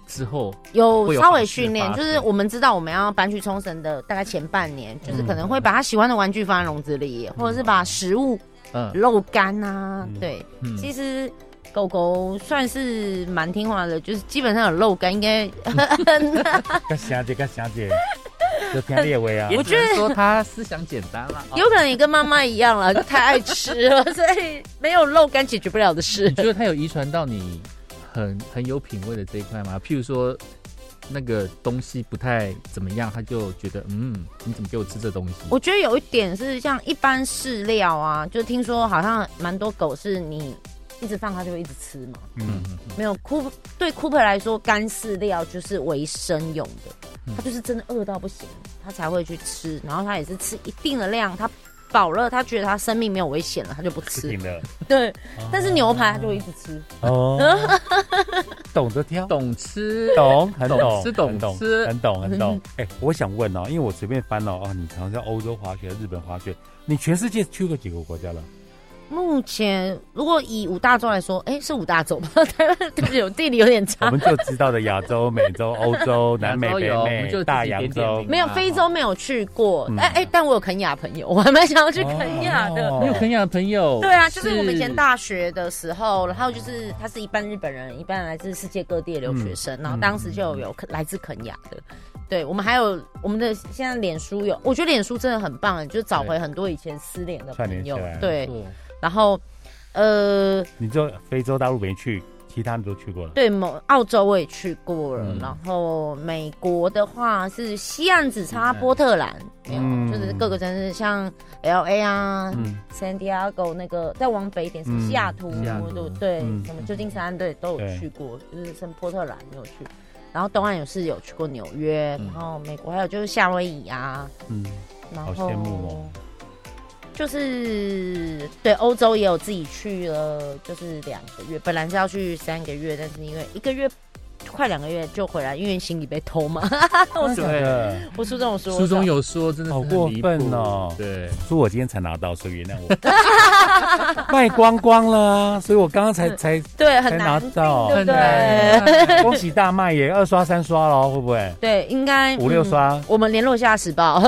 之后，有会有稍好微事训练，发就是生我们知道我们要搬去冲绳的大概前半年，就是可能嗯会把他喜欢的玩具放在笼子里，或者是把食物嗯肉干啊，嗯对，嗯，其实狗狗算是蛮听话的，就是基本上有肉干，应该啊跟霞姐，跟霞 姐，就听列位啊。我只能说他思想简单了，有可能也跟妈妈一样 了，就太爱吃了， 所以没有肉干解决不了的事你。觉得他有遗传到你很很有品味的这一块吗？譬如说。那个东西不太怎么样，他就觉得嗯，你怎么给我吃这东西？我觉得有一点是像一般饲料啊，就听说好像蛮多狗是你一直放，它就会一直吃嘛。嗯，嗯没有库对 Cooper 来说，干饲料就是为生用的，他就是真的饿到不行，他才会去吃，然后他也是吃一定的量，他饱了，他觉得他生命没有危险了，他就不吃吃定。了 对，但是牛排他就会一直吃。哦，懂得挑。懂吃，懂，很懂懂，吃很懂懂，吃很懂，很懂。哎、我想问哦，因为我随便翻了哦，你常在欧洲滑雪、日本滑雪，你全世界去过几个国家了？目前如果以五大洲来说，哎，是五大洲吗？ 台湾对不起，我地理有点我差。们就知道的亚洲、美洲、欧洲、南美、亚洲北有我们就自美、己大洋点点洲名。没有啊非洲没有去过，嗯哎哎，但我有肯雅朋友， 我还蛮想要去肯雅的。哦你有肯雅的朋友？对啊，就是我们以前大学的时候，然后就是他是一半日本人，一半来自世界各地的留学嗯生，然后当时就有肯来自肯雅的。对我们还有我们的现在脸书有，我觉得脸书真的很棒，就是找回很多以前失联的串联朋友起来。对，哦然后呃，你就非洲大陆没去，其他你都去过了。对，某澳洲我也去过了，嗯然后美国的话是西岸只差波特兰，没有，嗯就是各个城市像 L A 啊，嗯， San Diego 那个，再往北一点是嗯西雅图，西雅图对，嗯什么旧金山对都有去过，就是圣波特兰没有去，然后东岸有是有去过纽约，嗯然后美国还有就是夏威夷啊，嗯，然好后羡慕哦。就是对欧洲也有自己去了，就是两个月，本来是要去三个月，但是因为一个月快两个月就回来，因为行李被偷嘛，真的，我书中有说，书中有说，真的是好很过离分谱哦对，所以我今天才拿到，所以原谅我，卖光光了啊，所以我刚刚才才对很才拿难，到，对很难 恭喜大卖耶，二刷三刷喽，会不会？对应该五六嗯刷，哦我们联络一下时报。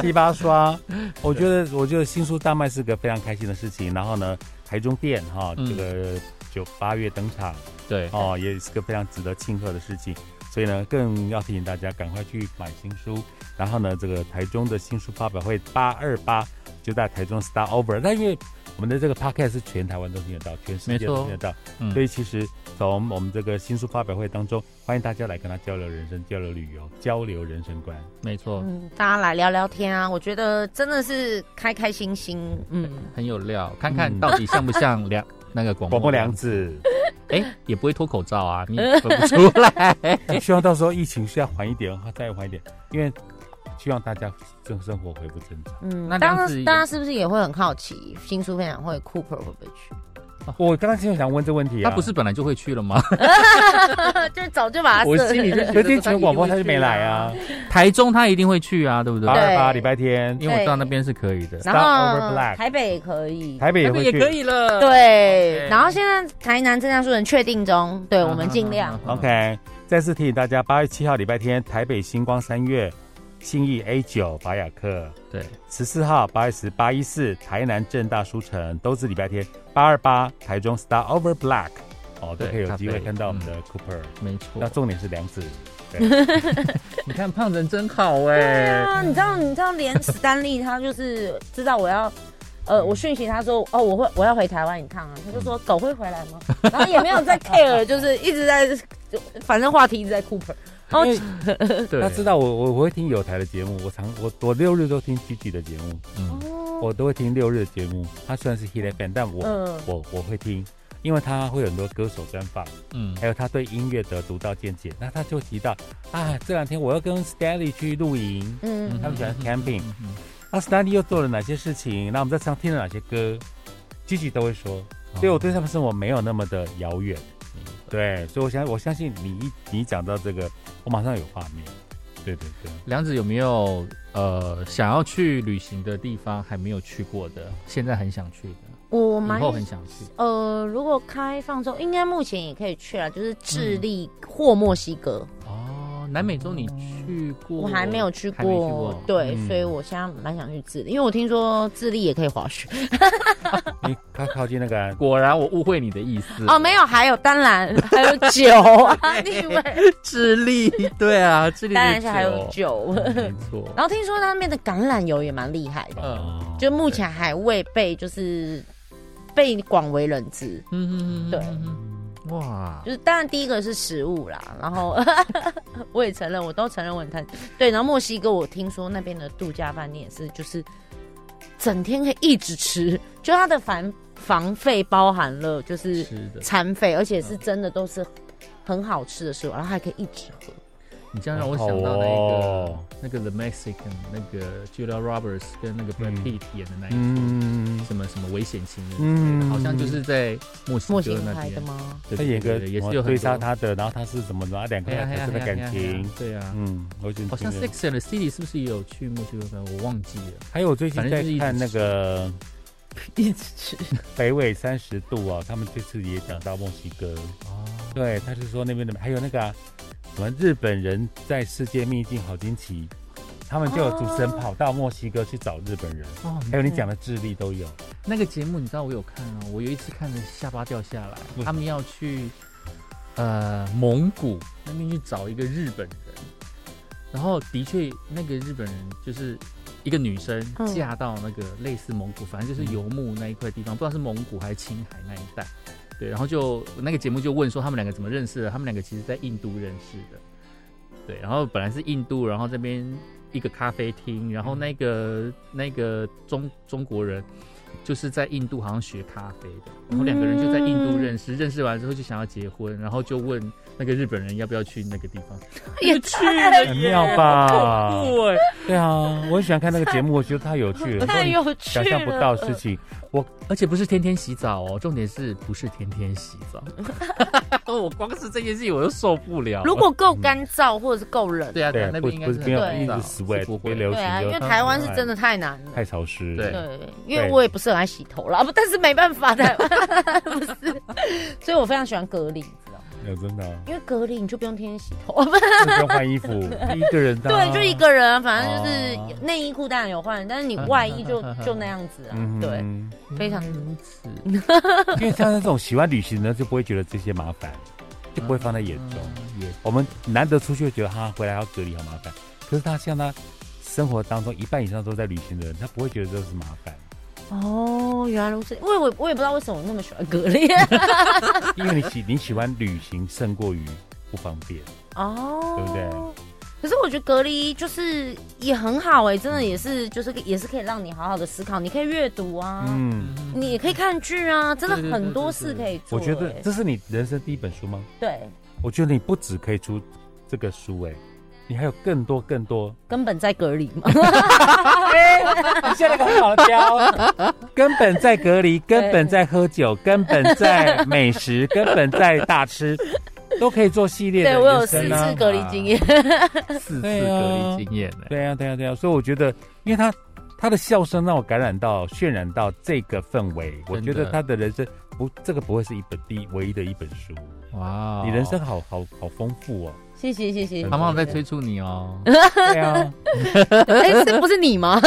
七八刷，我觉得我觉得新书大卖是个非常开心的事情。然后呢，台中店哈、嗯这个九八月登场对，哦，也是个非常值得庆贺的事情。所以呢，更要提醒大家赶快去买新书。然后呢，这个台中的新书发表会八二八就在台中 Star Over，那因为我们的这个 podcast 是全台湾都听得到，全世界没都错听得到，嗯所以其实从我们这个新书发表会当中，欢迎大家来跟他交流人生、交流旅游、交流人生观。没错，嗯， 大家来聊聊天啊，我觉得真的是开开心心，嗯，很有料，看看嗯到底像不像梁那个广广播播良梁子？子。哎，也不会脱口罩啊，你分不出来。 希望到时候疫情是要缓一点，再缓一点，因为希望大家生生活恢复正常。嗯，那大梁子家大家是不是也会很好奇新书分享会 Cooper 会不会去？ 我刚刚就想问这问题啊，啊他不是本来就会去了吗？就是早就把它我设心里就觉得隔他一天全定广播会他就没去来啊，台中他一定会去啊，对不对八？二八对礼拜天，因为我知道那边是可以的，然 Star over 后 black 台北也可以。台北也那边会也去可以了。对 OK 然后现在台南正向书人确定中，对嗯我们尽量。 OK，再次提醒大家，八月七号礼拜天，台北星光三月信义 A 九巴雅克。对，十四号、八月十、八一四，台南正大书城都是礼拜天，八二八台中 Star Over Black，哦，都对可以有咖机会啡看到我们嗯的 Cooper。没那错。重点是梁子，你看胖人真好嗯哎，啊，你知道，你知道，连 史丹利他就是知道我要，嗯呃，我讯息他说，哦，我会我要回台湾一趟啊，他就说狗会回来吗？ 然后也没有在 care，就是一直在，就反正话题一直在 Cooper。因哦为对，他知道我我我会听有台的节目，我常我我六日都听 G G 的节目，嗯，我都会听六日的节目。他虽然是 Hit FM，但我、哦嗯我我会听，因为他会有很多歌手专访，嗯还有他对音乐的独到见解。那他就提到啊，这两天我要跟 Stanley 去露营，嗯，他们喜欢 camping，嗯嗯那 Stanley 又做了哪些事情？那我们在上听了哪些歌？G G 都会说，哦所以我对他们生活没有那么的遥远。嗯对，所以我相我相信你一你讲到这个，我马上有画面。对对对。梁子有没有呃想要去旅行的地方还没有去过的，现在很想去的，我以蛮后很想去？呃，如果开放之后，应该目前也可以去了，就是智利嗯或墨西哥，哦，南美洲你去过？我还没有去还没去过过，对，嗯所以我现在蛮想去智利，因为我听说智利也可以滑雪。你靠靠近那个啊果然我误会你的意思哦，没有，还有当然还有酒啊，你以为？智利， 对啊，智利当然是还有酒。没错， 然后听说那边的橄榄油也蛮厉嗯害的，哦就目前还未被就是被广为人知。嗯对，哇就，是当然第一个是食物啦，然后 我也承认，我都承认我很贪。对，然后墨西哥我听说那边的度假饭店也是，就是整天可以一直吃，就它的饭房费包含了就是是的，餐费，而且是真的都是很好吃的食物，然后还可以一直喝。你这样哦让我想到那个、那个 The Mexican，那个 Julia Roberts 跟那个 Brad 嗯 Pitt 演的那一部、嗯，什么什么危险情人，嗯好像就是在墨西莫西哥那拍的边。吗？对他对演对个对什也么是有追很杀多他的，然后他是什么的，然后两个哎呀哎人有呀什么哎呀感哎呀哎情呀？对啊，嗯，我已经好像听了 Sex and the City 是不是也有去墨西哥拍？我忘记了。还有我最近反正在就是一直看那个一直吃，北纬三十度啊，他们这次也讲到墨西哥，哦，对，他是说那边的，还有那个、啊、什么日本人在世界秘境好惊奇，他们就有主持人哦跑到墨西哥去找日本人，哦，还有你嗯讲的智利都有，那个节目你知道我有看哦，我有一次看的下巴掉下来什么。他们要去呃蒙古那边去找一个日本人，然后的确那个日本人就是一个女生嗯嫁到那个类似蒙古，反正就是游牧那一块地方，不知道是蒙古还是青海那一带。对，然后就那个节目就问说他们两个怎么认识的，他们两个其实在印度认识的。对，然后本来是印度，然后这边一个咖啡厅，然后嗯那个那个中中国人就是在印度好像学咖啡的，然后两个人就在印嗯度认识，认识完之后就想要结婚，然后就问那个日本人要不要去那个地方，也去了很耶妙？吧？对，对啊，我很喜欢看那个节目，我觉得太有 趣了，太很多有你趣想了，象不到的事情。而且不是天天洗澡哦，重点是不是天天洗 澡？我光是这件事情我就受不了。如果够干燥或者是够冷，对啊，对啊对那不边应该不是是很没有干一直燥是 sweat，不没会流对啊，行就因为台湾是真的太难了。太潮湿，对对，嗯因为对我也不是很爱洗头啦，不， 但是没办 法的，不是，所以我非常喜欢隔离，你知道吗？有真的啊，因为隔离你就不用天天洗头， 不用换衣服，一个人的啊对，就一，个人，反正就哦是内衣裤当然有换，但是你外衣 就就那样子啊，嗯对，非常如此。因为像那种喜欢旅行的，就不会觉得这些麻烦，就不会放在眼中。嗯也我们难得出去，觉得他回来要隔离好麻烦，可是他像他生活当中一半以上都在旅行的人，他不会觉得这是麻烦，哦，原来如此，因为我我也不知道为什么我那么喜欢隔 离，因为你 喜你喜欢旅行胜过于不方便。哦，对不对？可是我觉得隔离就是也很好哎、真的也是就是也是可以让你好好的思考，你可以阅读啊，嗯，你也可以看剧啊，真的对对对很多对对事可以做、我欸。觉得这是你人生第一本书吗？对，我觉得你不只可以出这个书、哎，你还有更多更多。根本在隔离嘛，哎、你下了个很好的标，啊 根本在隔离，根本在喝 酒，根本在美食，根本在大吃，都可以做系列的、对人我有四生啊次隔离经验，四 次对隔啊离经验呢、对呀、对呀、对呀、所以我觉得，因为他他的笑声让我感染到、渲染到这个氛围，我觉得他的人生不，这个不会是一本第一唯一的一本书。哇哦你人生好好好丰富 哦。谢谢谢谢。他妈妈在催促你 哦，对啊，哎、这不是你 吗？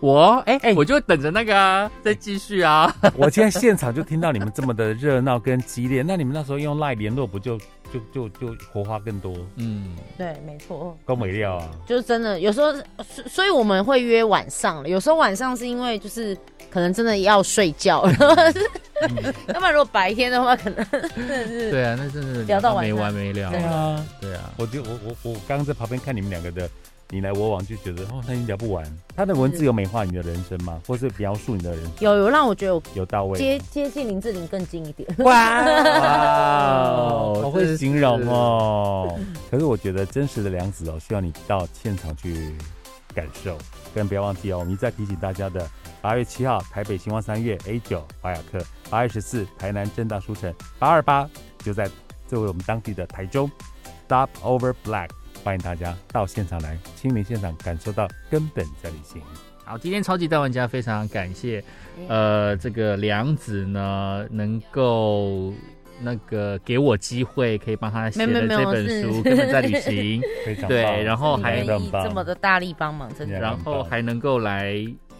我哎、我就等着那个啊，哎再继续啊。我今天现场就听到你们这么的热闹跟激烈，那你们那时候用赖联络不就就就就火花更多，嗯，对，没错，高美料啊？就是真的有时候，所所以我们会约晚上了。有时候晚上是因为就是可能真的要睡觉，嗯然后是 要不然如果白天的话，可能真的是对啊，那真的聊到晚没上完没了。对啊，对 啊，我就我我我刚刚在旁边看你们两个的。你来我往就觉得哦，那你聊不完。他的文字有美化你的人生吗？或是描述你的人生有有让我觉得我有到位吗？接接近林志玲更近一点。哦哇哦好会形容哦。可是我觉得真实的梁子哦，需要你到现场去感受，更不要忘记哦。我们一再提醒大家的，八月七号台北星光三月 A 九华雅克，八月十四台南正大书城，八二八就在作为我们当地的台中 Stop Over Black。欢迎大家到现场来，亲临现场感受到根本在旅行。好，今天超级大玩家非常感谢，嗯呃，这个梁子呢能够。那个给我机会，可以帮他写没有的没有这本是书，根本在旅 行，非常棒对，然后还愿哦很意棒这么的大力帮忙，真的。然后还能够来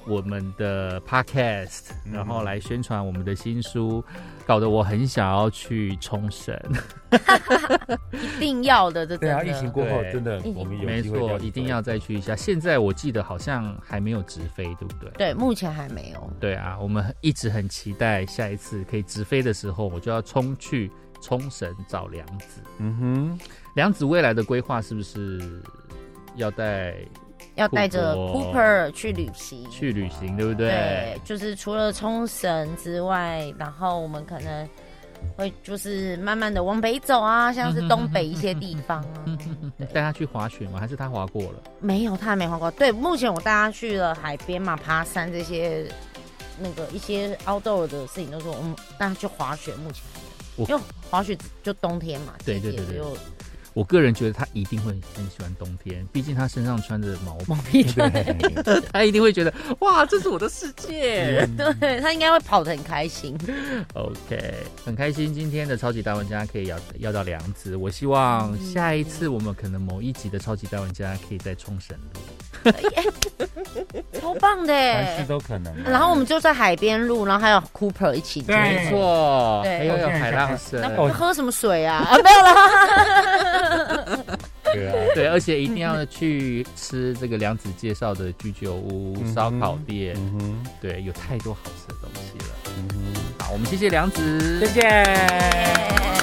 我们的 podcast，、然嗯后来宣传我们的新书，搞得我很想要去冲绳。一定要的，这真对的。啊，疫情过后对真的疫情我们有没机会错聊，一定要再去一下。现在我记得好像还没有直飞，对不对？对，目前还没有。对啊，我们一直很期待下一次可以直飞的时候，我就要冲去冲绳找梁子。 嗯哼。梁子未来的规划是不是要带要带着出国 Cooper 去旅行，去旅行，对不对？对，就是除了冲绳之外，然后我们可能会就是慢慢的往北走啊，像是东北一些地方啊。 带他去滑雪吗？还是他滑过了？没有，他还没滑过。对，目前我带他去了海边嘛，爬山这些，那个一些 outdoor 的事情都是我们带他去滑雪。目前还没我有因为滑雪就冬天嘛，对对季节对对就我个人觉得他一定会很喜欢冬天，毕竟他身上穿着毛毛衣， 对，他一定会觉得哇，这是我的世嗯界。对他应该会跑得很开心。 OK，很开心今天的超级大玩家可以要要到梁子，我希望下一次我们可能某一集的超级大玩家可以在冲绳录。超棒的凡事耶！都可能。啊然后我们就在海边录，然后还有 Cooper 一起住。对没错，对还有有海浪声那。我那喝什么水啊？啊，没有啦。对啊，对，而且一定要去吃这个梁子介绍的居酒屋、嗯哼烧烤店，嗯哼，对，有太多好吃的东西了。嗯哼。好，我们谢谢梁子，谢谢。